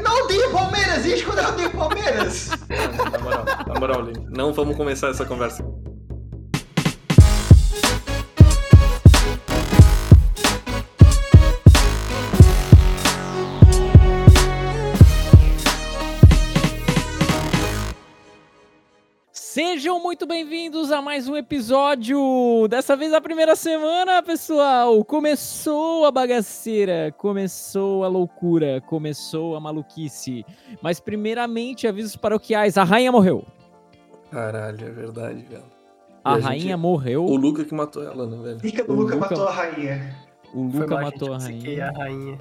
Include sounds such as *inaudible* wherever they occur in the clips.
odeio Palmeiras, gente, quando eu odeio *laughs* Palmeiras. Não, na moral, na moral, Lino, não vamos começar essa conversa. Sejam muito bem-vindos a mais um episódio. Dessa vez a primeira semana, pessoal. Começou a bagaceira, começou a loucura, começou a maluquice. Mas primeiramente, avisos paroquiais. A rainha morreu. Caralho, é verdade, velho. A, E gente- rainha O morreu. Luca que matou ela, né, velho? Rica do O Luca Luca- matou a rainha. O, Foi Luca mal, matou gente, a psiquei rainha. a rainha.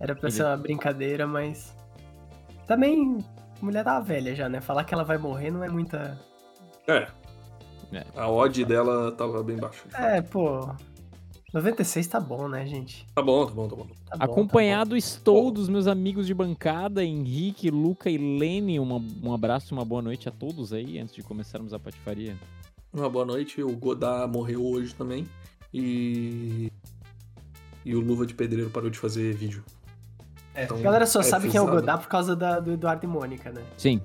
Era pra Ele- ser uma brincadeira, mas. Também, mulher tá velha já, né? Falar que ela vai morrer não é muita. É. É. A odd dela tava bem baixa. É, pô. 96 tá bom, né, gente? Tá bom, tá bom, tá bom. Tá bom, Acompanhado estou Pô. dos meus amigos de bancada, Henrique, Luca e Lene. Uma- um abraço e uma boa noite a todos aí, antes de começarmos a patifaria. Uma boa noite. O Godá morreu hoje também. E. E o Luva de Pedreiro parou de fazer vídeo. É. Então, Tá bom. A galera só é sabe quem é o pesado. Godard por causa da- do Eduardo e Mônica, né? Sim.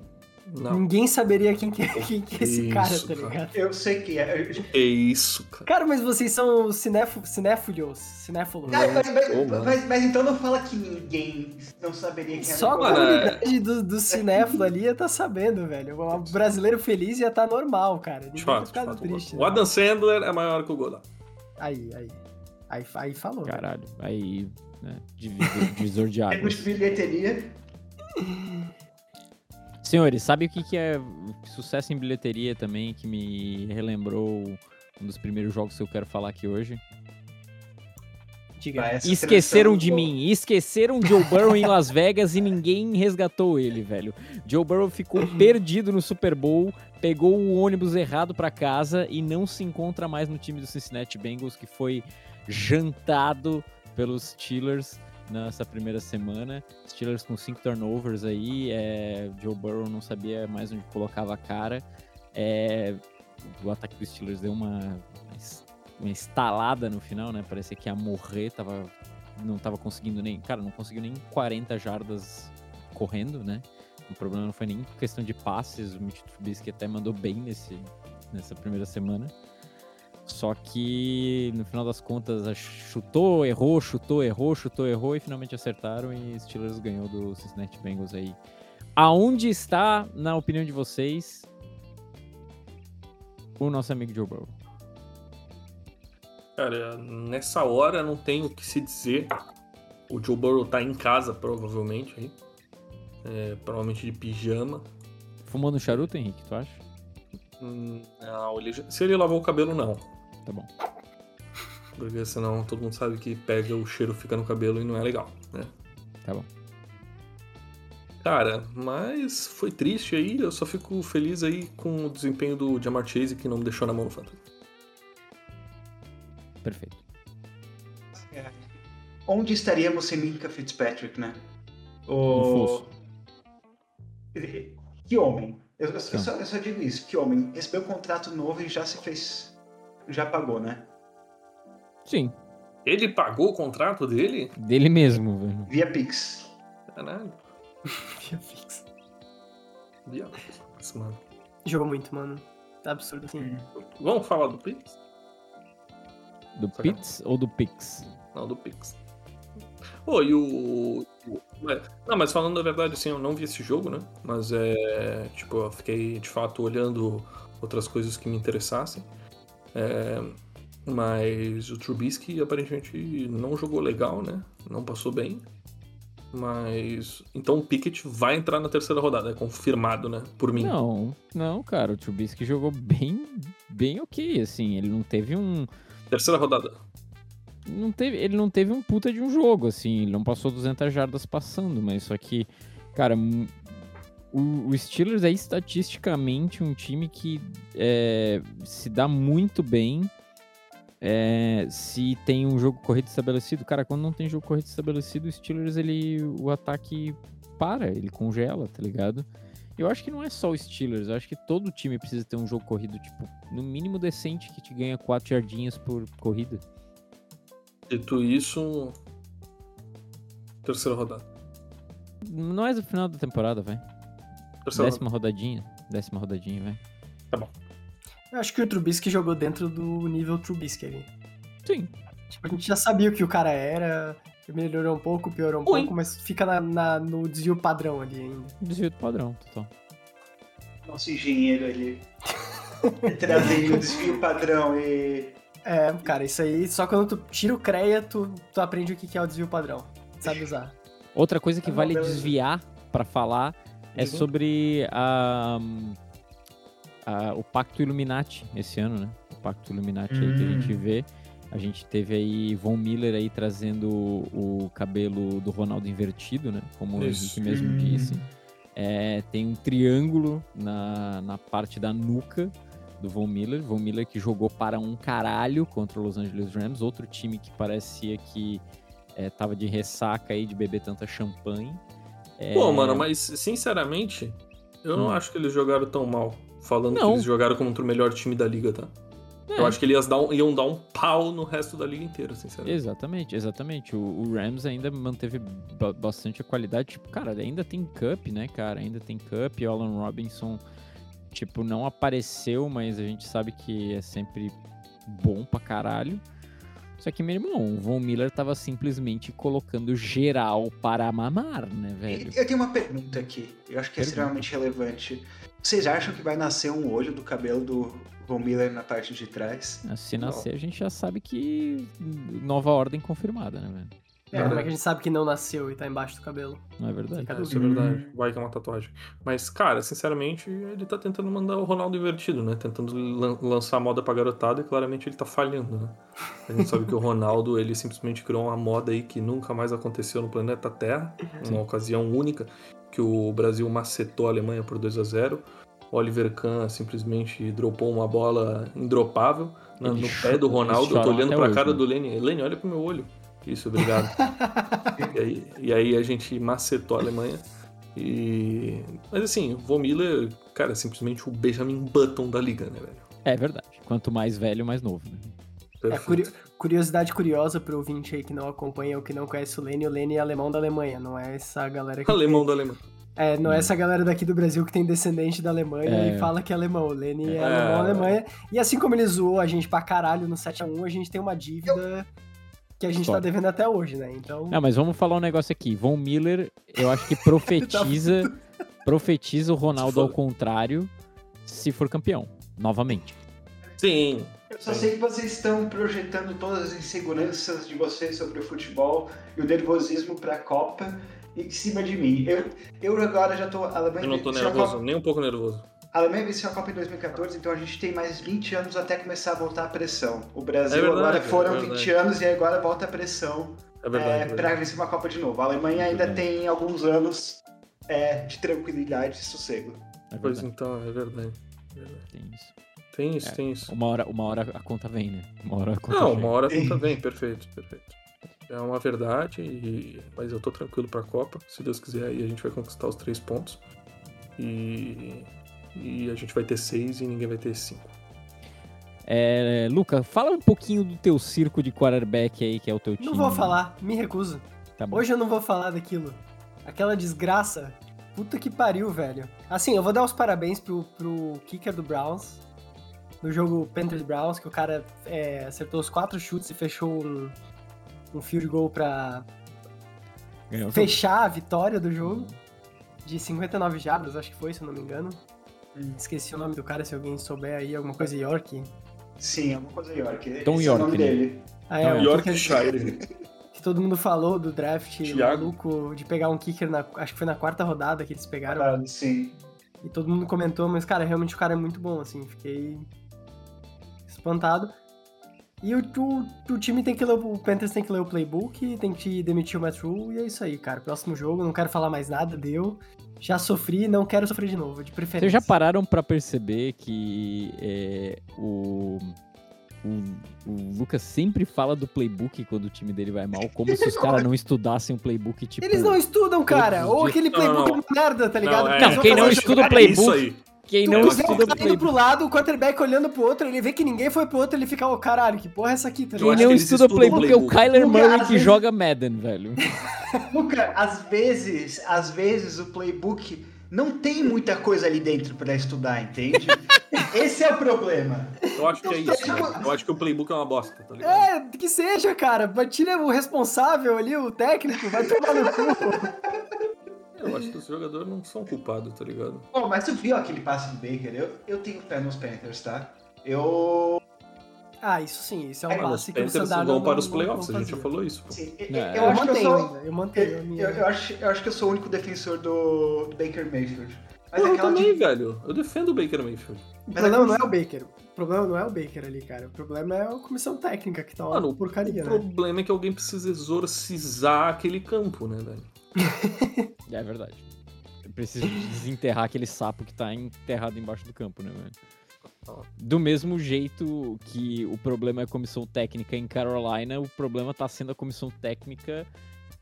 Não, Ninguém saberia quem que é, quem que é esse Isso, cara, tá cara. ligado? Eu sei que é. Eu- é isso, cara. Cara, mas vocês são cinéfo, cinéfilos. Cinéfilos. Cara, Ah, mas, mas- Ô, mano. mas- mas então não fala que ninguém não saberia quem era Só a Nicolau. mano. comunidade do, do cinéfilo ali ia tá sabendo, velho. O brasileiro feliz ia tá normal, cara. De Ninguém tá fato, de ficando fato. triste. O né? Adam Sandler é maior que o Godá. Aí, aí. Aí, aí falou. né? velho. Caralho. Aí, né? Divisor, divisor de águas. Temos É bilheteria. Senhores, sabe o que, que é sucesso em bilheteria também, que me relembrou um dos primeiros jogos que eu quero falar aqui hoje? Pra Diga. essa esqueceram seleção, de pô. mim, esqueceram Joe Burrow em Las Vegas e ninguém resgatou ele, velho. Joe Burrow ficou perdido no Super Bowl, pegou o ônibus errado pra casa e não se encontra mais no time do Cincinnati Bengals, que foi jantado pelos Steelers nessa primeira semana. Steelers com cinco turnovers aí, é, Joe Burrow não sabia mais onde colocava a cara. É, o ataque dos Steelers deu uma, uma estalada no final, né? Parecia que ia morrer, tava, não tava conseguindo nem. Cara, não conseguiu nem 40 jardas correndo, né? O problema não foi nem questão de passes, o Mitch Trubisky até mandou bem nesse, nessa primeira semana. Só que no final das contas a- chutou, errou, chutou, errou, chutou, errou e finalmente acertaram e Steelers ganhou do Cincinnati Bengals aí. Aonde está, na opinião de vocês, o nosso amigo Joe Burrow? Cara, nessa hora não tem o que se dizer. O Joe Burrow tá em casa, provavelmente, aí. É, provavelmente de pijama. Fumando charuto, Henrique, tu acha? Hum, Não, ele já- se ele lavou o cabelo, não. Tá bom. Porque senão todo mundo sabe que pega o cheiro, fica no cabelo e não é legal, né? Tá bom. Cara, mas foi triste aí. Eu só fico feliz aí com o desempenho do Jamar Chase, que não me deixou na mão no Fantasy. Perfeito. É. Onde estaríamos sem Minka Fitzpatrick, né? No O... fosso. Que homem. Eu, eu- eu só, Então. eu só digo isso, que homem. Recebeu um contrato novo e já se fez. Já pagou, né? Sim, Ele pagou o contrato dele? dele mesmo, velho. Via Pix. Caralho, *laughs* viado. Esse mano. Jogou muito, mano. Tá absurdo assim. Vamos falar do Pix? Do Só que- Pitts ou do Pix? Não, do Pix. Pô, e o. o- mas- Não, mas falando a verdade, assim, eu não vi esse jogo, né? Mas é. Tipo, eu fiquei de fato olhando outras coisas que me interessassem. É, mas o Trubisky aparentemente não jogou legal, né? Não passou bem. Mas. Então o Pickett vai entrar na terceira rodada, é confirmado, né? Por mim. Não, não, cara. O Trubisky jogou bem, bem ok, assim. Ele não teve um, Terceira rodada. não teve, ele não teve um puta de um jogo, assim. Ele não passou 200 jardas passando, mas só que, cara, mu- o, o Steelers é estatisticamente um time que é, se dá muito bem é, se tem um jogo corrido estabelecido. Cara, quando não tem jogo corrido estabelecido, o Steelers, ele, o ataque para, ele congela, tá ligado? Eu acho que não é só o Steelers, eu acho que todo time precisa ter um jogo corrido, tipo, no mínimo decente, que te ganha 4 jardinhas por corrida. Dito isso. Terceira rodada. Não é do final da temporada, vai. Parcelado. Décima rodadinha. Décima rodadinha, vai. Eu acho que o Trubisky jogou dentro do nível Trubisky ali. Sim. Tipo, a gente já sabia o que o cara era, melhorou um pouco, piorou um Ui. pouco, mas fica na- na- no desvio padrão ali ainda. Desvio do padrão, total. Nosso engenheiro ali. *laughs* Trazendo o desvio padrão e. É, cara, isso aí, só quando tu tira o CREA, tu, tu aprende o que que é o desvio padrão. Sabe usar. Outra coisa que Ah, vale beleza. desviar pra falar é Diga. sobre a, a- o Pacto Illuminati esse ano, né? O Pacto Illuminati aí que a Hum. gente vê. A gente teve aí Von Miller aí trazendo o cabelo do Ronaldo invertido, né? Como o Isso. Henrique mesmo Hum. disse. É, tem um triângulo na, na parte da nuca do Von Miller. Von Miller que jogou para um caralho contra o Los Angeles Rams, outro time que parecia que é, tava de ressaca aí de beber tanta champanhe. É, Pô, mano, mas sinceramente, eu não Hum. acho que eles jogaram tão mal. Falando que Não. eles jogaram contra o melhor time da liga, tá? é, Eu acho que eles iam dar um- iam dar um pau no resto da liga inteira, sinceramente. Exatamente, exatamente. O, o Rams ainda manteve ba- bastante a qualidade. Tipo, cara, ainda tem Cup, né, cara? Ainda tem Cup. O Alan Robinson, tipo, não apareceu, mas a gente sabe que é sempre bom pra caralho. Só que, meu irmão, o Von Miller tava simplesmente colocando geral para mamar, né, velho? Eu tenho uma pergunta aqui, eu acho que é Pergunta. extremamente relevante. Vocês acham que vai nascer um olho do cabelo do Von Miller na parte de trás? Se Assim nascer, a gente já sabe que nova ordem confirmada, né, velho? É, Verdade. como é que a gente sabe que não nasceu e tá embaixo do cabelo? Não é verdade? Fica a É, isso é dúvida. verdade. Vai que é uma tatuagem. Mas, cara, sinceramente, ele tá tentando mandar o Ronaldo invertido, né? Tentando lan- lançar moda pra garotada e claramente ele tá falhando, né? A gente sabe que o Ronaldo, ele simplesmente criou uma moda aí que nunca mais aconteceu no planeta Terra. Uma ocasião única que o Brasil macetou a Alemanha por 2 a 0 Oliver Kahn simplesmente dropou uma bola indropável na- Ele no cho- pé do eles Ronaldo. Eu tô choram olhando até pra hoje, cara né? do Lenny. Lenny, olha pro meu olho. Isso, *laughs* obrigado. e, aí, e aí a gente macetou a Alemanha. E... Mas assim, o Von Miller, cara, é simplesmente o Benjamin Button da liga, né, velho? É verdade. Quanto mais velho, mais novo, né? É, curi- curiosidade curiosa pro ouvinte aí que não acompanha ou que não conhece o Lene. O Lene é alemão da Alemanha, não é essa galera que. Alemão da Alemanha. É, não é essa galera daqui do Brasil que tem descendente da Alemanha Hum. É. e fala que é alemão. O Lene é, É. alemão da Alemanha. E assim como ele zoou a gente pra caralho no 7x1, a gente tem uma dívida que a gente tá História. devendo até hoje, né? Então. Não, mas vamos falar um negócio aqui. Von Miller, eu acho que profetiza profetiza o Ronaldo ao contrário se for campeão, novamente. Sim. Eu só sei que vocês estão projetando todas as inseguranças de vocês sobre o futebol e o nervosismo pra Copa em cima de mim. Eu, eu agora já tô. A Alemanha Eu não tô venceu a nervoso, Copa- nem um pouco nervoso. A Alemanha venceu a Copa em 2014, então a gente tem mais 20 anos até começar a voltar a pressão. O Brasil É verdade, agora foram é 20 verdade. anos e agora volta a pressão É verdade. é, é pra verdade. vencer uma Copa de novo. A Alemanha ainda tem alguns anos é, de tranquilidade e sossego. É Pois verdade, então, é verdade. É verdade. tem isso. Tem isso, É. tem isso. Uma hora, uma hora a conta vem, né? Uma hora a conta Não, chega. uma hora conta bem, perfeito, perfeito. É uma verdade, e- mas eu tô tranquilo pra Copa. Se Deus quiser, aí a gente vai conquistar os três pontos. E, e a gente vai ter seis e ninguém vai ter cinco. É, Luca, fala um pouquinho do teu circo de quarterback aí, que é o teu time. Não vou falar, me recuso. Tá bom. Hoje eu não vou falar daquilo. Aquela desgraça. Puta que pariu, velho. Assim, eu vou dar os parabéns pro, pro kicker do Browns. No jogo Panthers Browns, que o cara é, acertou os quatro chutes e fechou um, um field goal pra Ganhou o jogo. fechar a vitória do jogo. De 59 jardas, acho que foi, se eu não me engano. Hum. Esqueci o nome do cara, se alguém souber aí, alguma coisa York. Sim, é uma coisa York. Esse Tom é York, o nome né? dele. Ah, Não, o é kicker- Yorkshire. que todo mundo falou do draft Thiago. maluco de pegar um kicker na. Acho que foi na quarta rodada que eles pegaram. Ah, sim. E todo mundo comentou, mas, cara, realmente o cara é muito bom, assim, fiquei espantado. E o, o, o time tem que ler, o Panthers tem que ler o playbook, tem que demitir o Matt Rule, e é isso aí, cara. Próximo jogo, não quero falar mais nada, deu. Já sofri, não quero sofrer de novo, de preferência. Vocês já pararam pra perceber que é, o, o, o Lucas sempre fala do playbook quando o time dele vai mal, como se os caras não estudassem o playbook, tipo... Eles não estudam, cara! todos os dias- Ou aquele Não, não, playbook não. é uma merda, tá ligado? é. Eles Não, vão quem fazer não um estuda o jogo- É isso playbook- aí. Quem Tu não tu vê estuda um o cara indo playbook. pro lado, o quarterback olhando pro outro, ele vê que ninguém foi pro outro, ele fica, ô caralho, que porra é essa aqui, tá Eu Quem acho ligado? que não eles estuda estudam playbook é o playbook. Kyler Porque, Murray às que vezes- joga Madden, velho. Luca, às vezes, às vezes o playbook não tem muita coisa ali dentro pra estudar, *laughs* entende? Esse é o problema. Eu acho que é isso. né? Eu acho que o playbook é uma bosta, tá ligado? É, que seja, cara, mas tira o responsável ali, o técnico, vai tomar *laughs* no cu. Eu acho que os jogadores não são culpados, tá ligado? Bom, mas tu viu aquele passe do Baker? Eu, eu tenho fé nos Panthers, tá? Eu. Ah, isso sim, isso é um Ah, mas passe os que o Panthers Sandaro vão não- para os não- playoffs, não a gente já fazia. falou isso. pô. Assim, eu, É. eu Eu, acho que eu mantenho sou. ainda, eu mantenho. a Eu, minha- eu- eu acho, eu acho que eu sou o único defensor do, do Baker Mayfield. Mas é Não, eu aquela também, de- velho. Eu defendo o Baker Mayfield. O Mas problema é não é o Baker. O problema não é o Baker ali, cara. O problema é a comissão técnica que tá uma Mano, o porcaria, né? problema é que alguém precisa exorcizar aquele campo, né, velho? É verdade. Eu preciso desenterrar aquele sapo que tá enterrado embaixo do campo, né, velho? Do mesmo jeito que o problema é a comissão técnica em Carolina, o problema tá sendo a comissão técnica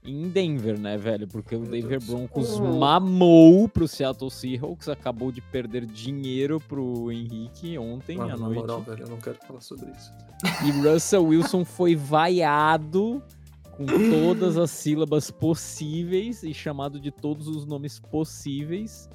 em Denver, né, velho? Porque o Meu Denver Deus. Broncos Hum. O- mamou pro Seattle Seahawks, acabou de perder dinheiro pro Henrique ontem Mano, à na noite. moral, velho, eu não quero falar sobre isso. E Russell Wilson foi vaiado com todas as sílabas possíveis e chamado de todos os nomes possíveis.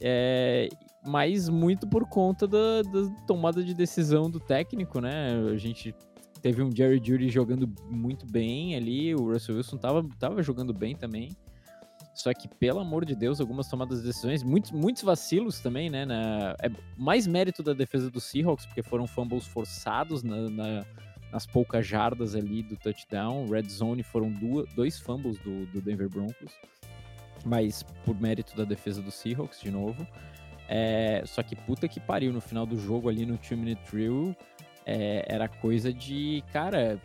É, mas muito por conta da, da tomada de decisão do técnico, né? A gente teve um Jerry Judy jogando muito bem ali, o Russell Wilson tava, tava jogando bem também. Só que, pelo amor de Deus, algumas tomadas de decisões, muitos, muitos vacilos também, né? na- é mais mérito da defesa do Seahawks, porque foram fumbles forçados na- na- nas poucas jardas ali do touchdown. Red Zone foram duas, dois fumbles do, do Denver Broncos, mas por mérito da defesa do Seahawks, de novo. É, só que puta que pariu, no final do jogo ali no two minute drill, é, era coisa de, cara,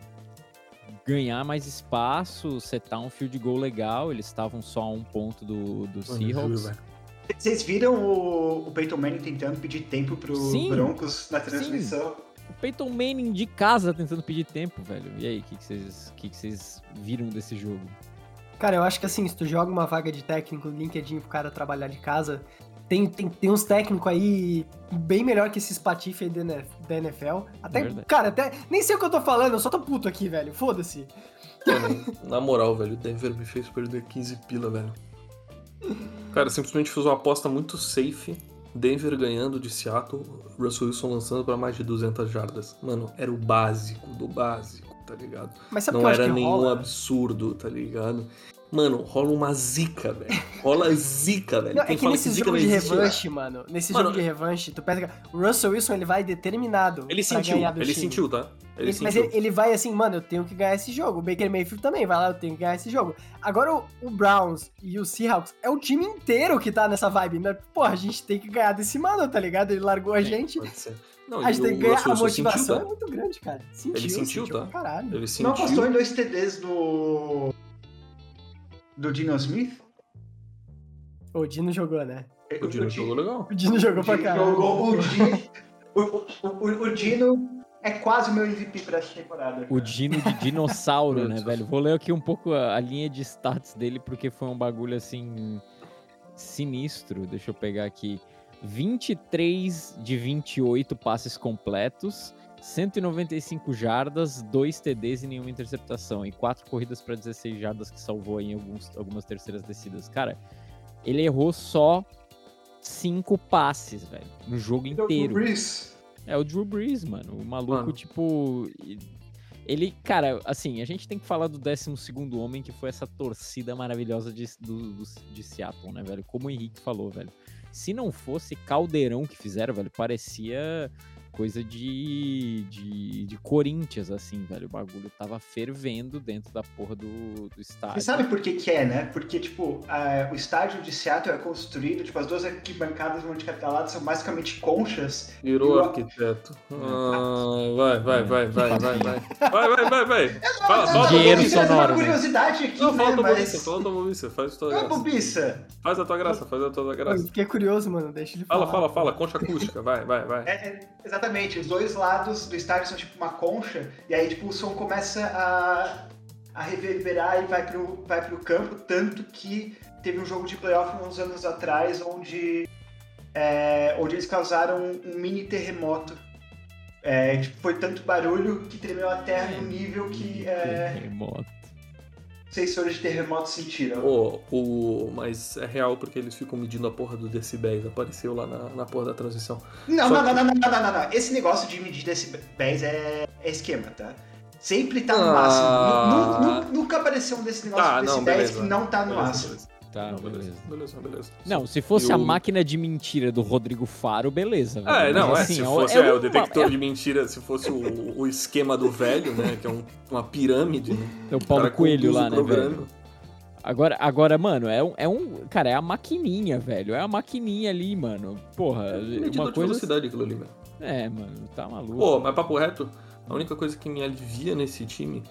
ganhar mais espaço, setar um field goal legal. Eles estavam só a um ponto do, Mano, do eu juro, Seahawks. velho. Vocês viram o, o Peyton Manning tentando pedir tempo pro Sim. Broncos na Sim. transmissão? O Peyton Manning de casa tentando pedir tempo, velho. E aí, o que que vocês que que vocês viram desse jogo? Cara, eu acho que assim, se tu joga uma vaga de técnico no LinkedIn pro cara trabalhar de casa, tem, tem, tem uns técnicos aí bem melhor que esses patife aí da NF da NFL. Até, Verdade. cara, até. Nem sei o que eu tô falando, eu só tô puto aqui, velho. Foda-se. Mano, na moral, velho, o Denver me fez perder 15 pila, velho. Cara, simplesmente fiz uma aposta muito safe. Denver ganhando de Seattle, Russell Wilson lançando pra mais de 200 jardas. Mano, era o básico do básico, tá ligado? Mas sabe não o que eu acho era que nenhum rola? absurdo, tá ligado? Mano, rola uma zica, velho. Rola zica, velho. Não, Quem é que fala que nesse zica jogo não de existe, velho. revanche, mano, nesse Mano, jogo de revanche, tu pega. O Russell Wilson ele vai determinado. Ele pra sentiu, ganhar do ele time. sentiu, tá? Ele Ele- mas sentiu. ele, ele vai assim, mano, eu tenho que ganhar esse jogo. O Baker Mayfield também vai lá, eu tenho que ganhar esse jogo. Agora o, o Browns e o Seahawks é o time inteiro que tá nessa vibe. Né? Porra, a gente tem que ganhar desse mano, tá ligado? Ele largou a Sim. gente. Pode ser. Não, A e gente o tem que ganhar. Russell A Wilson sentiu, motivação é tá? muito grande, cara. Sentiu, sentiu, tá? pra Caralho. Ele Não sentiu. apostou em dois TDs do. do Dino Smith? É, O Dino jogou, né? O Dino jogou legal. O Dino jogou pra caralho. Jogou o Dino. o- o- o- o Dino é quase o meu MVP pra essa temporada. O Dino de dinossauro, Meu né, Deus. velho? Vou ler aqui um pouco a, a linha de stats dele, porque foi um bagulho assim. sinistro. Deixa eu pegar aqui. 23 de 28 passes completos, 195 jardas, 2 TDs e nenhuma interceptação. E 4 corridas para 16 jardas que salvou aí em alguns, algumas terceiras descidas. Cara, ele errou só 5 passes, velho, no jogo Então, inteiro. Brees. É o Drew Brees, mano. O maluco, Mano. tipo. e- Ele, cara, assim, a gente tem que falar do 12 homem, que foi essa torcida maravilhosa de, do- do- de Seattle, né, velho? Como o Henrique falou, velho. Se não fosse caldeirão que fizeram, velho, parecia coisa de, de, de Corinthians, assim, velho. O bagulho tava fervendo dentro da porra do, do Você estádio. sabe por que que é, né? Porque, tipo, a- o estádio de Seattle é construído, tipo, as duas arquibancadas multicataladas são basicamente conchas. Virou Eu- arquiteto. Ah, vai, vai, vai, vai, vai, vai. Vai, vai, vai, vai. Fala, Eu tô fala Dinheiro dizendo bobice. sonoro, uma né? curiosidade aqui, Não, fala né? tua bobice, Mas... fala tua bobice. Faz a tua Ô, graça. bobiça! Faz a tua graça, faz a tua Eu graça. fiquei curioso, mano. Deixa ele falar. Fala, fala, fala. Concha acústica. Vai, vai, vai. É, é, exatamente, os dois lados do estádio são tipo uma concha, e aí tipo, o som começa a, a reverberar e vai pro, vai pro campo, tanto que teve um jogo de playoff uns anos atrás onde é, onde eles causaram um mini terremoto. É, tipo, foi tanto barulho que tremeu a terra num nível que é, Terremoto. sensores de terremoto sentiram. Pô, o... Mas é real porque eles ficam medindo a porra do decibéis. Apareceu lá na, na porra da transmissão. Não, Só não, que- não, não, não, não, não, não, não. Esse negócio de medir decibéis é, é esquema, tá? Sempre tá no Ah. máximo. Nu- nu- nu- nunca apareceu um desse negócio Tá, de não, decibéis beleza. que não tá no Beleza, máximo. beleza. Tá, Não, beleza. beleza, beleza, beleza. Não, se fosse Eu- a máquina de mentira do Rodrigo Faro, beleza. É, velho. não, Mas, é, assim, se ó, fosse é, o uma- detector de mentira, se fosse o, o esquema do velho, né, que é um- uma pirâmide, né, É o o Paulo cara Coelho conduz o lá, né, programa. velho? Agora, agora, mano, é um, é um. Cara, é a maquininha, velho. É a maquininha ali, mano. Porra, Medidor uma de coisa. assim. velocidade aquilo ali, velho. É, mano, tá maluco. Pô, mas papo reto, a única coisa que me alivia nesse time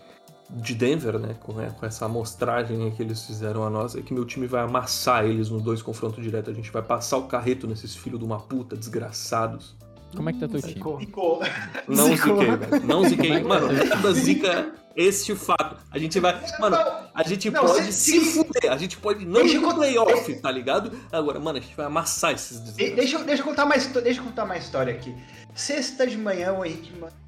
de Denver, né, com, é, com essa amostragem aí que eles fizeram a nós, é que meu time vai amassar eles nos dois confrontos diretos. A gente vai passar o carreto nesses filhos de uma puta, desgraçados. Como é que tá teu time? Ficou. Ficou. Não Zicou. ziquei, velho. Não ziquei. Como é que Mano, da zica, esse é o fato. A gente vai... Mano, a gente Não, pode se- se se- fuder, a gente pode não Deixa ir pro eu- playoff, tá ligado? Agora, mano, a gente vai amassar esses De- desgraçados. Deixa, eu- deixa, eu contar uma, histó- deixa eu contar uma história aqui. Sexta de manhã, o Henrique mandou.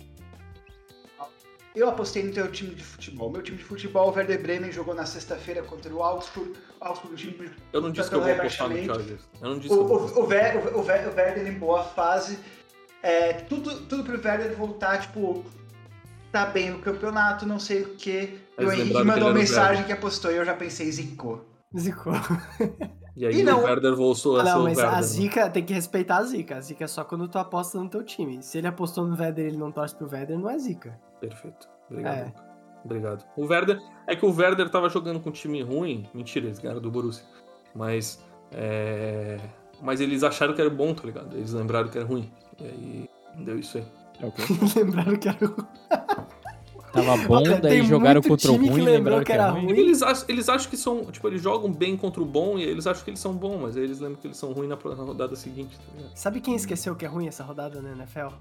Eu apostei no teu time de futebol. Meu time de futebol, o Werder Bremen, jogou na sexta-feira contra o Augsburg. Augsburg, um time Eu não disse que eu vou apostar no Chargers. Eu não disse O, que eu vou o, o, Ver- o, Ver- o Werder em boa fase. É, tudo, tudo pro Werder voltar, tipo, tá bem no campeonato, não sei o quê. E o Mas Henrique lembrando que ele é mandou era o mensagem que apostou e eu já pensei, zicou. Zicou. E aí E não. o Werder voltou a Ah, ser não, o mas Werder. a né? zica tem que respeitar a zica. A zica é só quando tu aposta no teu time. Se ele apostou no Vedder e ele não torce pro Vedder, não é zica. Perfeito. Obrigado. É. Luca. Obrigado. O Werder. É que o Werder tava jogando com um time ruim. Mentira, eles ganharam do Borussia. Mas. é, Mas eles acharam que era bom, tá ligado? Eles lembraram que era ruim. E aí deu isso aí. É o quê? *laughs* Lembraram que era o. Tava bom, Olha, daí tem jogaram muito contra o time que ruim, lembrou lembraram que que era era ruim. ruim. Tipo, Eles, ach- eles acham que são. Tipo, eles jogam bem contra o bom e eles acham que eles são bons, mas aí eles lembram que eles são ruins na pro- na rodada seguinte, tá ligado? Sabe quem esqueceu que é ruim essa rodada na NFL?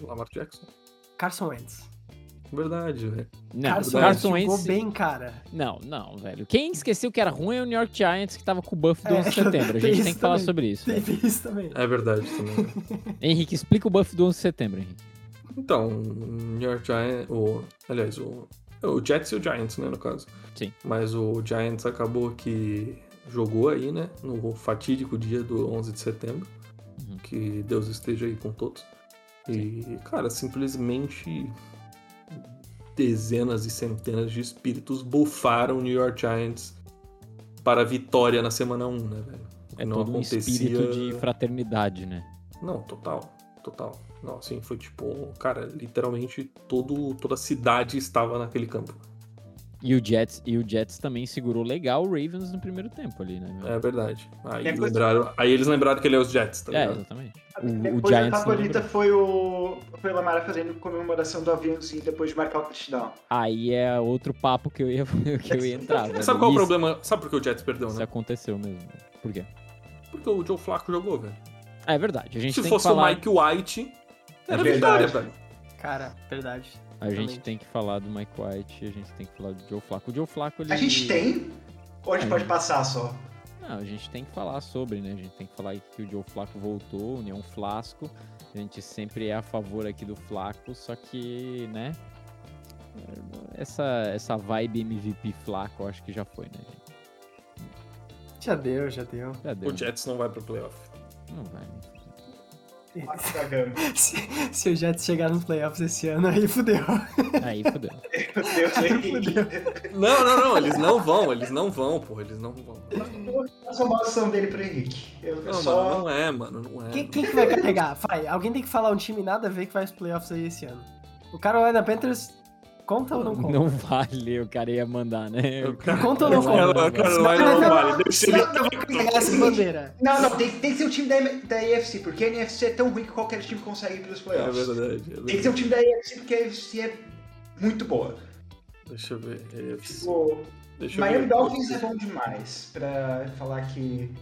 O Lamar Jackson. Carson Wentz. Verdade, velho. Não, Carson, Carson, Wentz Wentz jogou Wentz- bem, cara. *laughs* Não, não, velho. Quem esqueceu que era ruim é o New York Giants, que tava com o buff do É, 11 de *laughs* setembro. A tem gente isso tem que falar também. sobre isso. Tem velho. isso também. É verdade também. né? Henrique, explica o buff do 11 de setembro, Henrique. Então, o New York Giants, o, aliás, o, é, o Jets e o Giants, né, no caso. Sim. Mas o Giants acabou que jogou aí, né, no fatídico dia do 11 de setembro. Uhum. Que Deus esteja aí com todos. E, cara, simplesmente dezenas e centenas de espíritos bufaram o New York Giants para a vitória na semana 1, né, velho? O que É todo um espírito de fraternidade, né? não, total, total. Não, assim, foi tipo, cara, literalmente todo, toda a cidade estava naquele campo. E o Jets, e o Jets também segurou legal o Ravens no primeiro tempo ali, né? velho? É verdade. Aí, Depois- lembraram, aí eles lembraram que ele é os Jets, tá É, ligado? exatamente. O, o Depois a Giants não favorita lembrou. foi o, foi o Lamar fazendo comemoração do aviãozinho depois de marcar o touchdown. Aí é outro papo que eu ia, *laughs* que eu ia entrar. velho. Sabe qual é o Isso- problema? Sabe por que o Jets perdeu, Isso né? aconteceu mesmo. Por quê? Porque o Joe Flacco jogou, velho. Ah, é verdade. A gente Se tem fosse que falar... o Mike White, era É É Verdade. vitória, velho. Cara, verdade. A gente Exatamente. tem que falar do Mike White, a gente tem que falar do Joe Flacco. O Joe Flacco, ele... A gente tem? Ou a gente É. pode passar só? Não, a gente tem que falar sobre, né? A gente tem que falar que o Joe Flacco voltou, né? Um flasco. A gente sempre é a favor aqui do Flaco, só que, né? Essa, essa vibe MVP Flaco, eu acho que já foi, né? gente? Já deu, já deu. *laughs* Já deu. né? O Jets não vai pro playoff. Não vai. né? *laughs* Cagamos. Se, se o Jets chegar nos playoffs esse ano, aí fudeu. Aí fodeu. Meu Deus, Henrique. Não, não, não, eles não vão, eles não vão, porra, eles não vão. Passa a maldição dele pro Henrique. Eu, eu Não, só... mano, não é, mano, não é. Quem, quem que vai carregar? Vai, alguém tem que falar um time nada a ver que vai aos playoffs aí esse ano. O Carolina Panthers conta ou não conta? Não vale, o cara ia mandar, né? O cara- Conta ou não o conta? cara- o cara lá não vale, deixa ele Pegar essa bandeira. Não, não, tem, tem que ser o time da, da AFC, porque a NFC é tão ruim que qualquer time consegue ir pros É playoffs. verdade, é tem que verdade. ser o time da AFC, porque a AFC é muito boa. Deixa eu ver. é, Tipo, Deixa eu Miami ver. Dolphins é bom demais pra falar que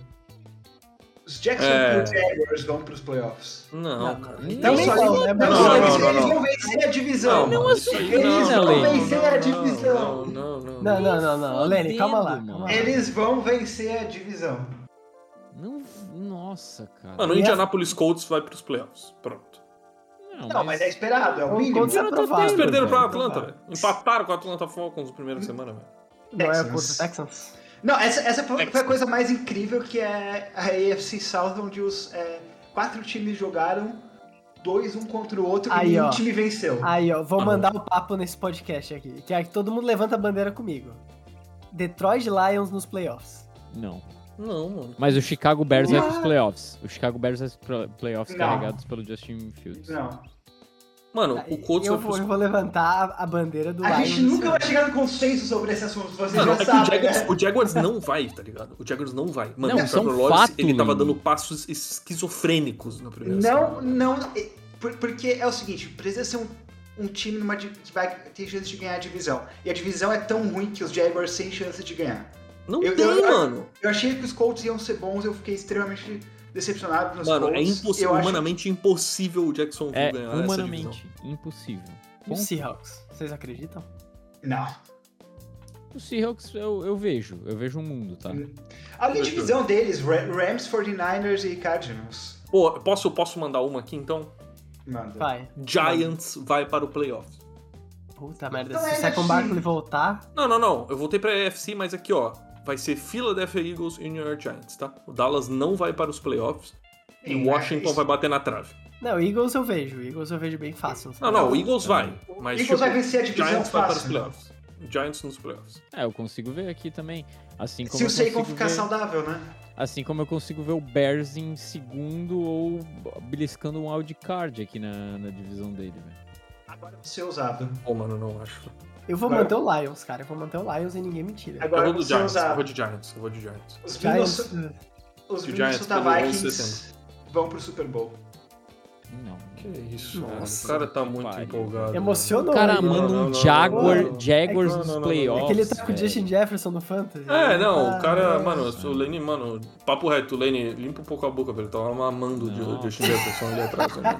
os Jacksonville É. Jaguars vão pros playoffs. Não, cara. nem- Não, Então só- não, Não, não, não, eles, é não, eles não. vão vencer a divisão. mano, assim, isso aí eles vão vencer a divisão. Não, não, não. Não, não, não, não. Ô, Lenny, calma lá. Fudendo, Calma lá. mano. Eles vão vencer a divisão. Não, nossa, cara. Mano, o E Indianapolis Colts vai pros playoffs. Pronto. Não, Não, mas é esperado, é o Não, mínimo. contra- Eles Claro, perderam velho. pra é, não tá. Atlanta, vai. velho. Empataram com a Atlanta Falcons na primeira semana, velho. Não é Texans. contra o Texans? Não, essa, essa foi, foi a Texans. coisa mais incrível que é a AFC South, onde os é, quatro times jogaram, dois um contra o outro Aí, e nenhum ó. time venceu. Aí, ó, vou Ah, mandar o papo nesse podcast aqui. Que é que todo mundo levanta a bandeira comigo. Detroit Lions nos playoffs. Não. Não, mano. Mas o Chicago Bears vai pros Ah. playoffs. O Chicago Bears vai pros playoffs Não. carregados pelo Justin Fields. Não. Mano, Ah, Aí, o Colts eu, vai vou, pros eu vou levantar a, a bandeira do A Lions. gente esse nunca ano. vai chegar no consenso sobre esse assunto, vocês Mano, já é que o sabem, Jaguars, né? o Jaguars não vai, tá ligado? O Jaguars não vai. Mano, Não, o são Trevor Lawrence, fato, ele tava Lino. dando passos esquizofrênicos na primeira Não, semana. não. é, por- Porque é o seguinte, precisa ser um, um time numa, di- que vai ter chance de ganhar a divisão. E a divisão é tão ruim que os Jaguars têm chance de ganhar. Não Eu- tem, eu- mano. Eu achei que os Colts iam ser bons, eu fiquei extremamente decepcionado nos Mano, Colts. é impossível, Eu acho- humanamente impossível o Jacksonville É ganhar essa divisão. humanamente impossível. E o Seahawks? Vocês acreditam? Não. O Seahawks eu, eu vejo. Eu vejo um mundo, tá? Olha a divisão deles, Ra- Rams, 49ers e Cardinals. Pô, posso, posso mandar uma aqui, então? Manda. Vai. Giants vai para o playoffs. Puta merda, Então se é o Second assim. Barkley voltar, Não, não, não. Eu voltei pra AFC, mas aqui, ó. Vai ser Philadelphia Eagles e New York Giants, tá? O Dallas não vai para os playoffs. E Sim, é, o Washington isso. vai bater na trave. Não, Eagles eu vejo. Eagles eu vejo bem fácil. Não, não, o Eagles vai. Mas, Eagles tipo, vai vencer a divisão Giants vai para os fácil. né? playoffs. Giants nos playoffs. É, eu consigo ver aqui também. Assim como Se o eu Seikon consigo ficar ver- saudável, né? Assim como eu consigo ver o Bears em segundo ou beliscando um wildcard aqui na, na divisão dele, velho. Agora você é usado. Pô, mano, não acho. Eu vou Agora- manter o Lions, cara. Eu vou manter o Lions e ninguém me tira. Agora eu vou Então do você é Giants, eu vou usado. de Giants, eu vou de Giants. Os Giants, Minnesota, os o Giants Minnesota pelo 11 de Vikings vão pro Super Bowl. Não. Que isso, Nossa, mano. O cara tá que muito pariu. empolgado. O Emocionou. cara ele, né? Não, manda não, um não, Jaguar, não, não. Jaguars É que- nos não, não, não. playoffs. É que ele tá com o velho. Justin Jefferson no Fantasy. né, É, não, Ah, o cara, é. mano, o Lenny, mano, papo reto, o Lenny, limpa um pouco a boca, velho. Tava mamando de Não. Justin Jefferson ali atrás. né?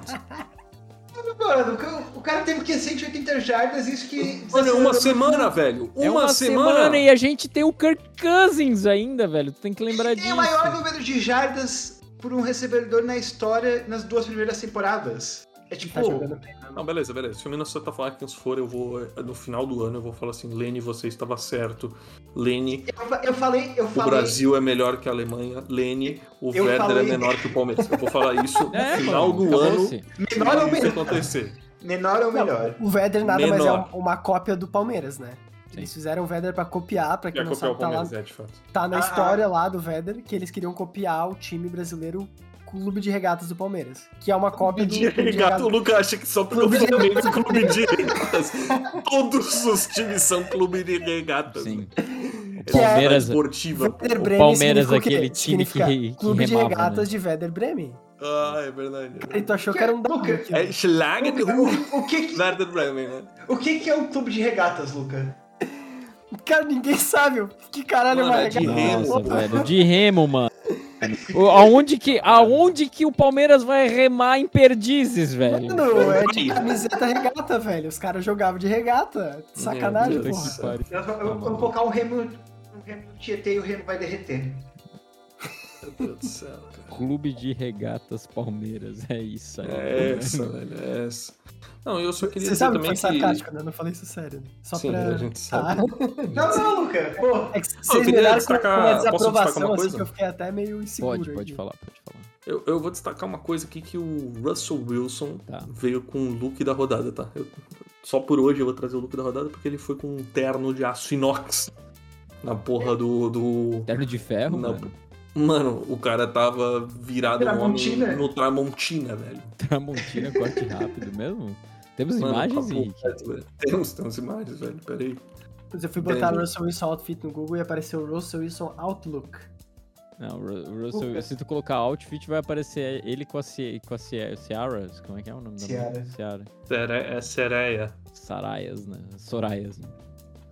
Mano, o ca- o cara teve que 180 jardas, isso que. Mano, é uma desacelerou. semana, velho. Uma, É uma semana. semana e a gente tem o Kirk Cousins ainda, velho. Tu tem que lembrar Ele tem disso. o é maior número de jardas por um recebedor na história nas duas primeiras temporadas. É tipo. Tá jogando bem. Não, beleza, beleza. Se o Minnesota Falcons for, eu vou. No final do ano eu vou falar assim, Lenny, você estava certo. Lenny, Eu, fa- eu falei. Eu o falei Brasil é melhor que a Alemanha. Lenny, o Eu Werder é falei- menor que o Palmeiras. Eu vou falar isso no É, final mano, do ano. acabou-se. menor ou se isso melhor? acontecer. Menor ou melhor? O Vedder nada mais é Menor. um- uma cópia do Palmeiras, né? Sim. Eles fizeram o Vedder pra copiar, pra E a quem não copiar o sabe, tá, lá, Palmeiras, é, de fato. tá na Ah, história lá do Vedder, que eles queriam copiar o time brasileiro Clube de Regatas do Palmeiras, que é uma cópia do De Clube de regato, o Regatas. Lucas acha que só porque o Clube de Flamengo é clube de regatas. Todos os times são clube de regatas. *laughs* Sim. assim. O Essa é a Palmeiras, esportiva. pô. Werder Palmeiras, é significa o quê? aquele time que- Significa que Clube de remava, Regatas né? de Vedder Bremen. Ah, é verdade. E tu achou que era um Que- W. aquilo. É Schlager O, o que, que- Werder Bremen, né? o que, que é um clube de regatas, Luca? Cara, ninguém sabe o que caralho é uma Mano, é de regata. remo. Nossa, velho. De remo, *laughs* mano. O- Aonde que, aonde que o Palmeiras vai remar em perdizes, velho? Mano, é Aí. de camiseta regata, velho. Os caras jogavam de regata. Sacanagem, Meu Deus do porra. céu. Eu, eu- eu vou colocar um remo, um remo no Tietê e o remo vai derreter. Meu Deus do céu, cara. Clube de Regatas Palmeiras, é isso aí. É essa, velho. É essa. Não, eu só queria Você dizer sabe que também foi que. sarcástico, né? Eu Não falei isso sério. né? Só Sim, pra. a gente sabe. Tá. Não, não, Luca. Pô, É que Eu vocês queria viraram com, destacar- com uma posso destacar desaprovação, uma assim, coisa? que eu fiquei até meio inseguro. Pode, pode aqui. falar, pode falar. Eu, eu vou destacar uma coisa aqui que o Russell Wilson Tá. veio com o look da rodada, tá? Eu- só por hoje eu vou trazer o look da rodada porque ele foi com um terno de aço inox na porra do. do... Terno de ferro, na- mano. Mano, o cara tava virado um homem Tramontina. no Tramontina, velho. Tramontina, corte rápido mesmo? Temos Mano, imagens, papo Henrique? reto, velho. Temos, temos imagens, velho. Peraí. Mas eu fui botar Entendi. Russell Wilson Outfit no Google e apareceu Russell Wilson Outlook. Não, o Ru- o Russell, Lucas. se tu colocar outfit, vai aparecer ele com a, Ci- com a Ci- Ciara. Como é que é o nome da Ciara. mulher? Ciara. Sere- é sereia. Saraias, né? Soraias. Né?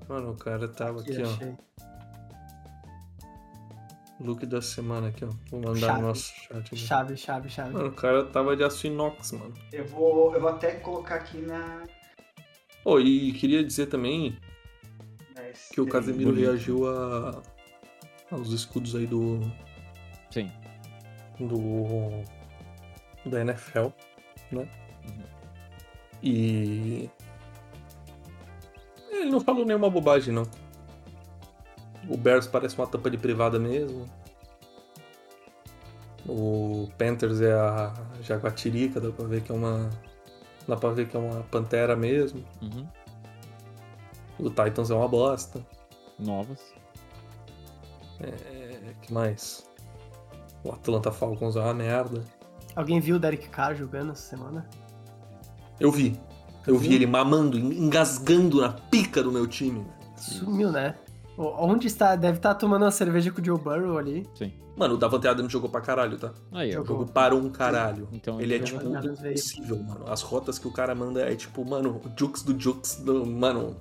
Mano, o cara tava Que aqui, ó. achei. Look da semana aqui, ó. Vou mandar Chave. no nosso chat. aqui. Chave, chave, chave. Mano, o cara tava de aço inox, mano. eu vou, eu vou até colocar aqui na. Pô, e queria dizer também na que o Casemiro bonito. reagiu a... aos escudos aí do, Sim. do da NFL, né? E ele não falou nenhuma bobagem não. O Bears parece uma tampa de privada mesmo. O Panthers é a jaguatirica, dá pra ver que é uma dá pra ver que é uma pantera mesmo. Uhum. O Titans é uma bosta. Novas. É, que mais? O Atlanta Falcons é uma merda. Alguém viu o Derek Carr jogando essa semana? Eu vi. Eu vi ele mamando, engasgando na pica do meu time. Sumiu, né? O- Onde está? Deve estar tomando uma cerveja com o Joe Burrow ali. Mano, o Davante Adams jogou pra caralho, tá? Aí, ó. Jogou. Jogou para um caralho. Então, Ele é então- tipo Davante Adams veio. impossível, mano. As rotas que o cara manda é tipo, mano, o Jux do Jux do. Mano.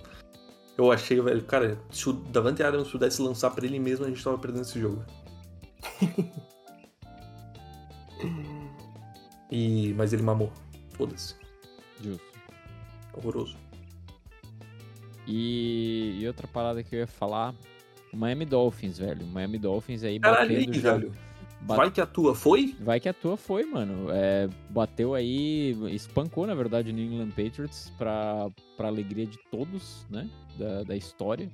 Eu achei, velho. Cara, se o Davante Adams pudesse lançar pra ele mesmo, a gente tava perdendo esse *laughs* jogo. e. Mas ele mamou. Foda-se. um Justo. Horroroso. E, e outra parada que eu ia falar, Miami Dolphins, velho. Miami Dolphins aí Caralho, batendo já- velho. bate- Vai que a tua foi? Vai que a tua foi, mano. É, bateu aí, espancou, na verdade, o New England Patriots pra, pra alegria de todos, né? Da, da história.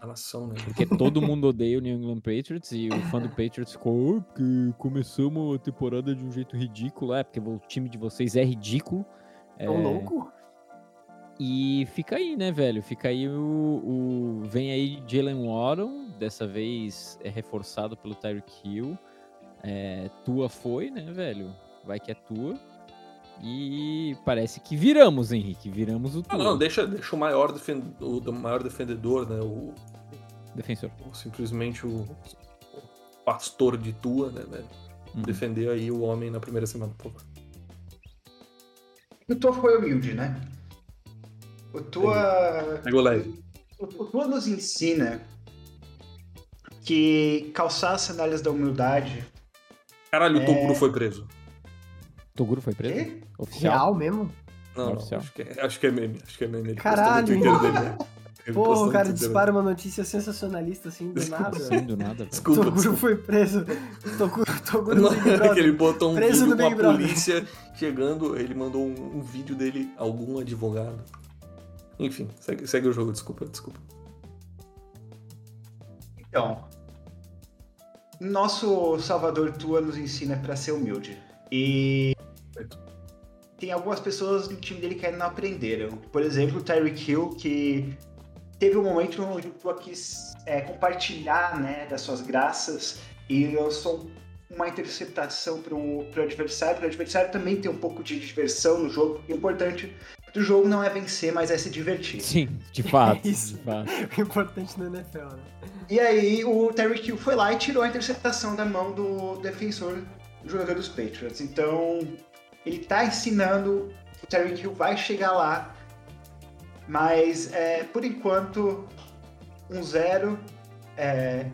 A nação, né? Porque todo mundo odeia o New England Patriots e o fã do Patriots ficou, "Oh, porque começamos a temporada de um jeito ridículo. É, porque o time de vocês é ridículo. É um louco? E fica aí, né, velho? Fica aí o. o- Vem aí Jalen Warren, dessa vez é reforçado pelo Tyreek Hill. É, tua foi, né, velho? Vai que é tua. E parece que viramos, Henrique. Viramos o Ah, tua. não, deixa, deixa o, maior defen- o do- maior defendedor, né? O, Defensor. o- simplesmente o, o pastor de tua, né, velho? Uhum. Defender aí o homem na primeira semana. Pô, O Tua foi humilde, né? O Tua, pegou leve. o o Tua nos ensina que calçar as sandálias da humildade. Caralho, É. o Toguro foi preso. Toguro foi preso? Quê? Oficial? Real mesmo? Não, não Oficial. acho, que é, acho que é meme. Acho que é meme. Ele Caralho. postou no Twitter dele. né? Ele Pô, postou o no cara Twitter dispara uma notícia sensacionalista assim, do nada. Sim, dele. do nada, velho. né? Desculpa. Toguro desculpa. foi preso. Toguro, Toguro Não, no Big *laughs* é *laughs* que ele Brother. botou um Preso vídeo no com a Big Brother. polícia chegando, ele mandou um, um vídeo dele, algum advogado. Enfim, segue, segue o jogo, desculpa, desculpa. Então, nosso Salvador Tua nos ensina pra ser humilde. E Certo. tem algumas pessoas do time dele que ainda não aprenderam. Por exemplo, o Tyreek Hill, que teve um momento onde o Tua quis é, compartilhar né, das suas graças e lançou uma interceptação para o adversário. O adversário também tem um pouco de diversão no jogo. porque O importante do jogo não é vencer, mas é se divertir. Sim, de fato. É isso. De fato. O importante no NFL, né? E aí o Terry Hill foi lá e tirou a interceptação da mão do defensor do jogador dos Patriots. Então ele tá ensinando, o Terry Hill vai chegar lá, mas é, por enquanto um zero é,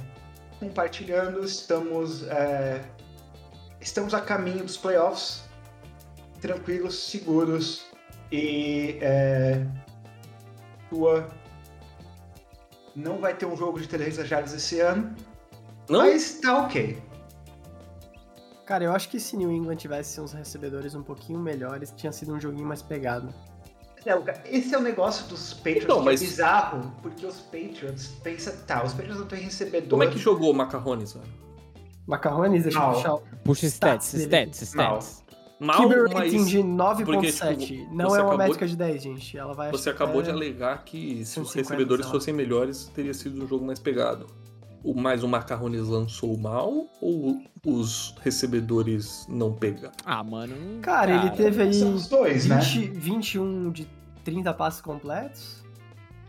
compartilhando, estamos é, estamos a caminho dos playoffs, tranquilos, seguros e é, tua não vai ter um jogo de 300 jardas esse ano, Não? mas tá ok. Cara, eu acho que se New England tivesse uns recebedores um pouquinho melhores, tinha sido um joguinho mais pegado. É, o ca- Esse é o negócio dos Patriots Então, que mas- é bizarro, porque os Patriots pensam, tá, os Patriots não têm recebedor. Como é que jogou o Macarrones, velho? Macarrones, deixa eu Não. puxar. o- Puxa stats, Stats dele. stats, stats. Mal, Keeper mas rating de 9.7. porque, tipo, não você é uma acabou métrica de 10, gente. Ela vai você acho que é acabou de até- alegar que se são os 50, recebedores sei lá. fossem melhores, teria sido um jogo mais pegado. O, mas o Macarrones lançou mal ou os recebedores não pegaram? Ah, mano. Cara, ele teve é aí São os dois, né? 20 21 de 30 passes completos.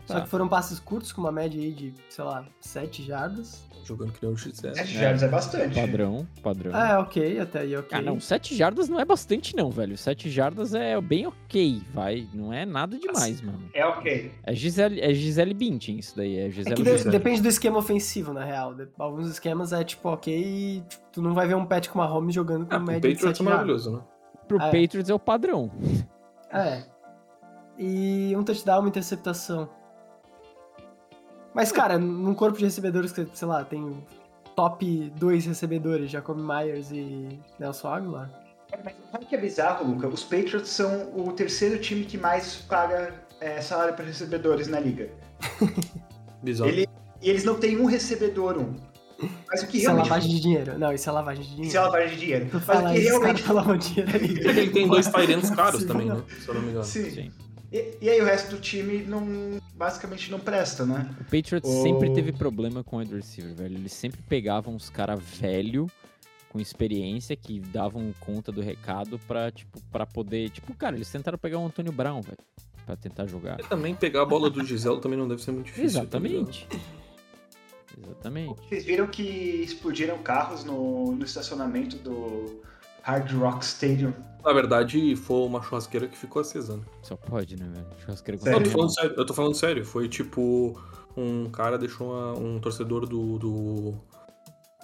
Só Tá. que foram passes curtos, com uma média aí de, sei lá, 7 jardas. Jogando que nem o Gisele. 7 jardas é bastante. Padrão, padrão. Ah, é ok, até aí ok. Tá. Ah, não, 7 jardas não é bastante, não, velho. 7 jardas é bem ok, vai. Não é nada demais, mano. É ok. É Gisele, é Gisele Bündchen isso daí. É É Gisele que Zero de- Gisele. depende do esquema ofensivo, na real. De- Alguns esquemas é tipo, ok, tipo, tu não vai ver um pet com uma home jogando com um Ah, o média de Patriots 7 é jardas. maravilhoso, né? Pro é. Patriots é o padrão. É. E um touchdown, uma interceptação. Mas, cara, num corpo de recebedores que, sei lá, tem top dois recebedores, Jacob Myers e Nelson Aguilar. Mas sabe o que é bizarro, Luca? Os Patriots são o terceiro time que mais paga é, salário para recebedores na liga. Bizarro. Ele, e eles não têm um recebedor, um. Mas o que Isso é realmente. lavagem de dinheiro. Não, isso é lavagem de dinheiro. Isso é lavagem de dinheiro. Tu Mas o fala que isso, os realmente. caras lavam dinheiro ali. Ele tem dois Tyrants caros Sim. também, né? Se eu não me engano. *laughs* Sim. Sim. E, e aí o resto do time não basicamente não presta, né? O Patriots O- sempre teve problema com o wide receiver, velho. Eles sempre pegavam uns cara velho com experiência que davam conta do recado pra, tipo, pra poder. Tipo, cara, eles tentaram pegar o Antônio Brown, velho. Pra tentar jogar. E também pegar a bola do Giselo também não deve ser muito difícil. tá ligado? Exatamente. Exatamente. Vocês viram que explodiram carros no, no estacionamento do Hard Rock Stadium. Na verdade, foi uma churrasqueira que ficou acesando. Só pode, né, velho? Churrasqueira com Sério? Eu tô canela. falando sério, eu tô falando sério. Foi tipo, um cara deixou uma- um torcedor do, do,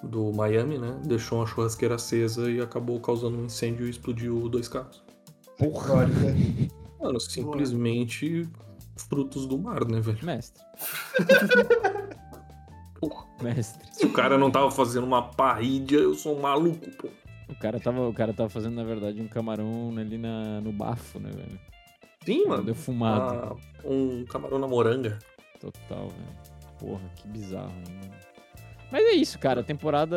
do Miami, né? Deixou uma churrasqueira acesa e acabou causando um incêndio e explodiu dois carros. Porra, Agora, né? Mano, simplesmente frutos do mar, né, velho? mestre. *laughs* Porra. Mestre. Se o cara não tava fazendo uma parrídia, eu sou um maluco, pô. O cara tava, o cara tava fazendo, na verdade, um camarão ali na, no bafo, né, velho? Sim, mano. Deu fumado. Ah, um camarão na moranga. Total, velho. Porra, que bizarro, né? hein, mano. Mas é isso, cara. A temporada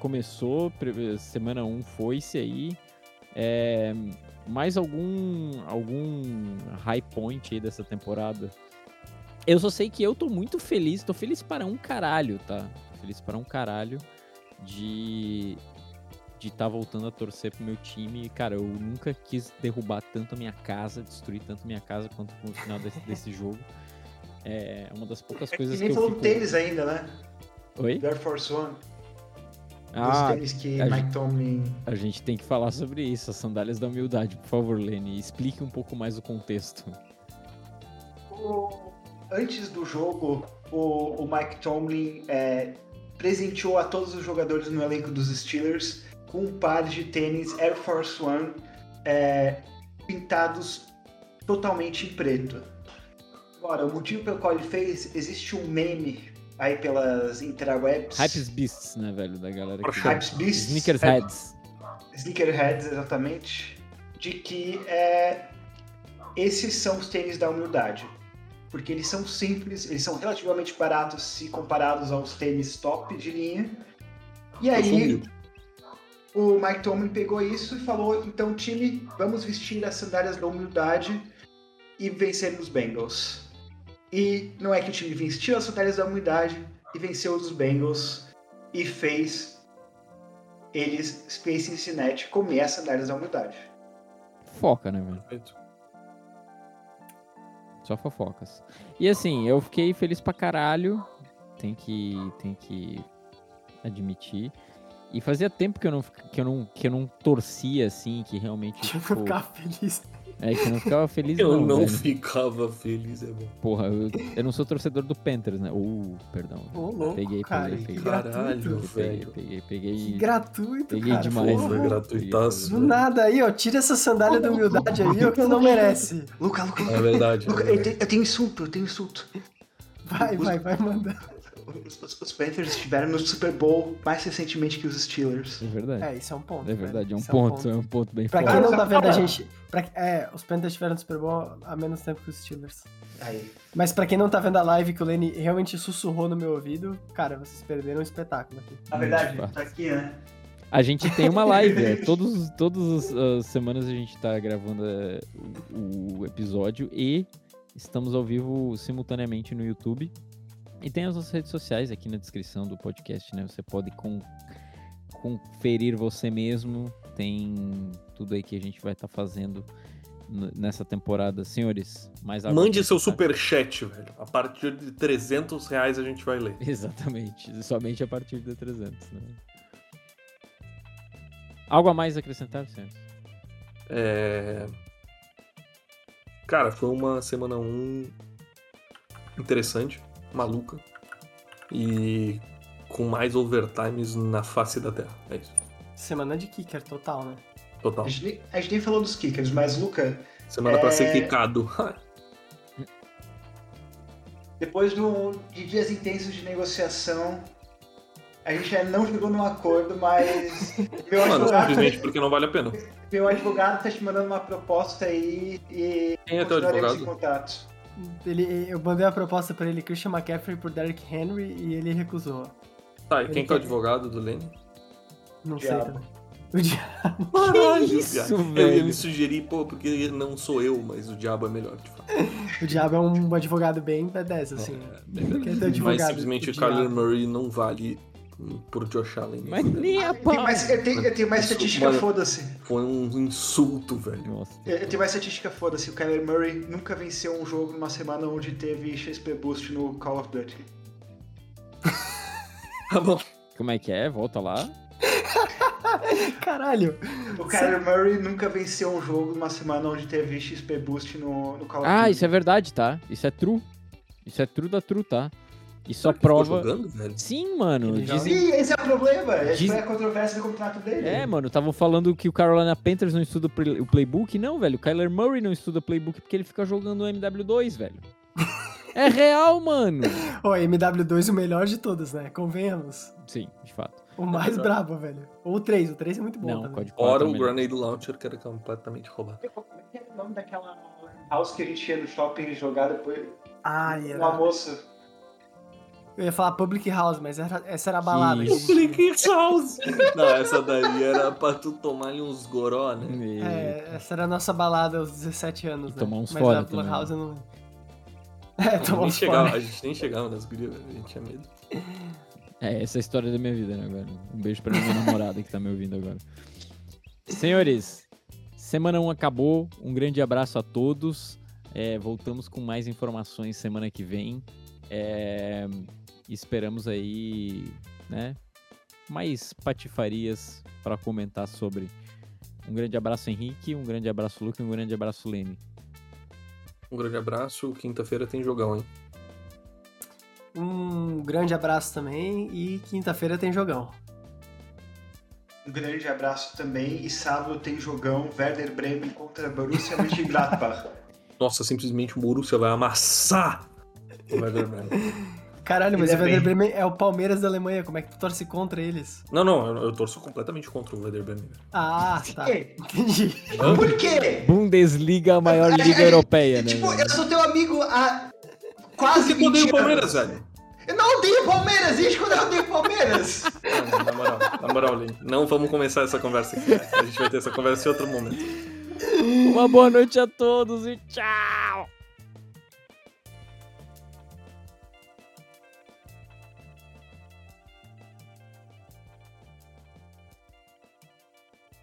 começou, pre- semana 1 foi-se aí. É, mais algum, algum high point aí dessa temporada? Eu só sei que eu tô muito feliz, tô feliz para um caralho, tá? Tô feliz para um caralho de de estar voltando a torcer pro meu time. Cara, eu nunca quis derrubar tanto a minha casa, destruir tanto a minha casa quanto no final desse, desse *laughs* jogo. É uma das poucas E coisas que nem eu falou do fico... tênis ainda, né? Oi? Do Air Force One. Ah, dos tênis que a Mike Tomlin a gente tem que falar sobre isso, as sandálias da humildade. Por favor, Lenny, explique um pouco mais o contexto. O- Antes do jogo, o, o Mike Tomlin é, presenteou a todos os jogadores no elenco dos Steelers com um par de tênis Air Force One é, pintados totalmente em preto. Agora, o motivo pelo qual ele fez, existe um meme aí pelas interwebs. Hypes Beasts, né, velho, da galera que... Hype- Hypes Beasts. Sneakers é, Heads. Sneakerheads, exatamente, de que é, esses são os tênis da humildade. Porque eles são simples, eles são relativamente baratos se comparados aos tênis top de linha. É, E Eu sou um aí, humilde. o Mike Tomlin pegou isso e falou: então, time, vamos vestir as sandálias da humildade e vencer os Bengals. E não é que o time vestiu as sandálias da humildade e venceu os Bengals e fez eles, Space Cincinnati, comer as sandálias da humildade. Foca, né, velho? Perfeito. Só fofocas. E assim, eu fiquei feliz pra caralho. Tem que, tem que admitir. E fazia tempo que eu não, fic- que eu não, que eu não torcia assim, que *laughs* realmente. *laughs* Deixa eu tipo, ficar feliz. É, que eu não ficava feliz, Eu não. não, velho. ficava feliz, é bom. Porra, eu, eu não sou torcedor do Panthers, né? Uh, perdão. Ô, louco, Peguei, cara. peguei, que peguei. Caralho, gratuito. Peguei, velho. peguei, Que peguei. gratuito, Peguei cara. demais, Porra. Foi velho. gratuitaço. Do velho. nada aí, ó. Tira essa sandália da humildade aí, ó, que tu não merece. Luca, Luca, É verdade. Luca, eu, é verdade. tenho, eu tenho insulto, eu tenho insulto. Vai, vai, vai mandar. Os, os- os Panthers estiveram no Super Bowl mais recentemente que os Steelers. É verdade. É, isso é um ponto. É verdade, é velho. um Isso ponto, é um ponto bem Pra forte. quem não tá Cara, vendo a cara. gente. pra que- é, os Panthers tiveram no Super Bowl há menos tempo que os Steelers. Aí. Mas pra quem não tá vendo a live que o Lenny realmente sussurrou no meu ouvido, cara, vocês perderam um espetáculo aqui. Na verdade, tá aqui, né? A gente tem uma live, é. Todos, todas as, as semanas a gente tá gravando é, o, o episódio e estamos ao vivo simultaneamente no YouTube. E tem as nossas redes sociais aqui na descrição do podcast, né? Você pode con- conferir você mesmo. Tem tudo aí que a gente vai estar fazendo n- nessa temporada. Senhores, mais algo Mande pra seu acrescentar? superchat, velho. A partir de 300 reais a gente vai ler. *laughs* Exatamente. Somente a partir de 300, né? Algo a mais a acrescentar, senhores? É... Cara, foi uma semana um interessante, maluca. E com mais overtimes na face da Terra. É isso. Semana de kicker total, né? Total. A gente, nem- a gente nem falou dos kickers, mas Luca, Semana pra ser É. quicado. *laughs* depois do- de dias intensos de negociação, A gente ainda não chegou num acordo, *laughs* mas meu Mano, advogado, simplesmente porque não vale a pena. meu advogado tá te mandando uma proposta aí e Quem é teu continuaremos advogado? em contato. Ele, eu mandei uma proposta pra ele, Christian McCaffrey por Derrick Henry, e ele recusou. Tá, e quem que é o advogado do Lenny? Não Diabo. sei também. O dia... Caralho, isso, viado. Eu ia velho? me sugerir, pô, porque não sou eu, mas o diabo é melhor, de fato. o Diabo é um advogado bem B10, assim. Quem é teu advogado? Mas simplesmente O o Kyler Diabo. Murray não vale hum, por Josh Allen. né? Mas nem a pau. Tem mais, eu, tenho, eu tenho mais Isso, estatística, mano. foda-se. Foi um insulto, velho. Nossa. Eu eu tenho mais estatística, foda-se. O Kyler Murray nunca venceu um jogo numa semana onde teve XP Boost no Call of Duty. Tá bom. Como é que é? Volta lá. Caralho! O Kyler Murray nunca venceu um jogo numa semana onde teve XP Boost no, no Call of Duty. Ah, isso é verdade, tá? Isso é true. Isso é true da true, tá? E só Será que ele ficou prova. tá jogando, velho? Sim, mano. Ele joga. Dizem... Ih, esse é o problema. Essa Diz- foi a controvérsia do campeonato dele. né? É, mano, estavam falando que o Carolina Panthers não estuda o play- o playbook. Não, velho, o Kyler Murray não estuda playbook porque ele fica jogando o *laughs* MW2, velho. é real, mano. Ô, MW2 o melhor de todos, né? Convenhamos. Sim, de fato. O mais brabo, velho. Ou o 3, o 3 é muito bom não, também. código Fora 4 o melhor. Grenade Launcher, que era completamente roubado. Como é que é o nome daquela house que a gente ia no shopping jogar depois? Ai, No era... almoço. Eu ia falar Public House, mas era- essa era a balada. Que que a gente tinha. House! Não, essa daí era pra tu tomar ali uns goró, né? E- É, essa era a nossa balada aos 17 anos, E né? tomar uns Mas fora a Blue também, né? House eu não... *laughs* É, A gente, tomar nem uns chegava, fora. a gente nem chegava nas gurias, velho. A gente tinha medo. É, essa é a história da minha vida, né, velho? Um beijo pra minha namorada que tá me ouvindo agora. Senhores, semana 1 acabou. Um grande abraço a todos. É, voltamos com mais informações semana que vem. É, esperamos aí, né? Mais patifarias pra comentar sobre. Um grande abraço, Henrique. Um grande abraço, Luke. Um grande abraço, Lene. Um grande abraço. Quinta-feira tem jogão, hein? Um grande abraço também e quinta-feira tem jogão. Um grande abraço também. E sábado tem jogão Werder Bremen contra Borussia Mönchengladbach. Nossa, simplesmente o Borussia vai amassar o Werder Bremen. Caralho, mas Ainda o Werder bem. Bremen é o Palmeiras da Alemanha, como é que tu torce contra eles? Não, não, eu, eu torço completamente contra o Werder Bremen. velho. Ah, *laughs* tá. Ei, Entendi. Por quê? Bundesliga, a maior liga europeia, né? Tipo, velho? eu sou teu amigo há quase Porque eu odeio o 20 Palmeiras, anos. velho. Eu não odeio Palmeiras. Desde quando eu odeio *laughs* Palmeiras? Ah, na moral, na moral, Lin, não vamos começar essa conversa aqui. né? A gente vai ter essa conversa em outro momento. Uma boa noite a todos e tchau!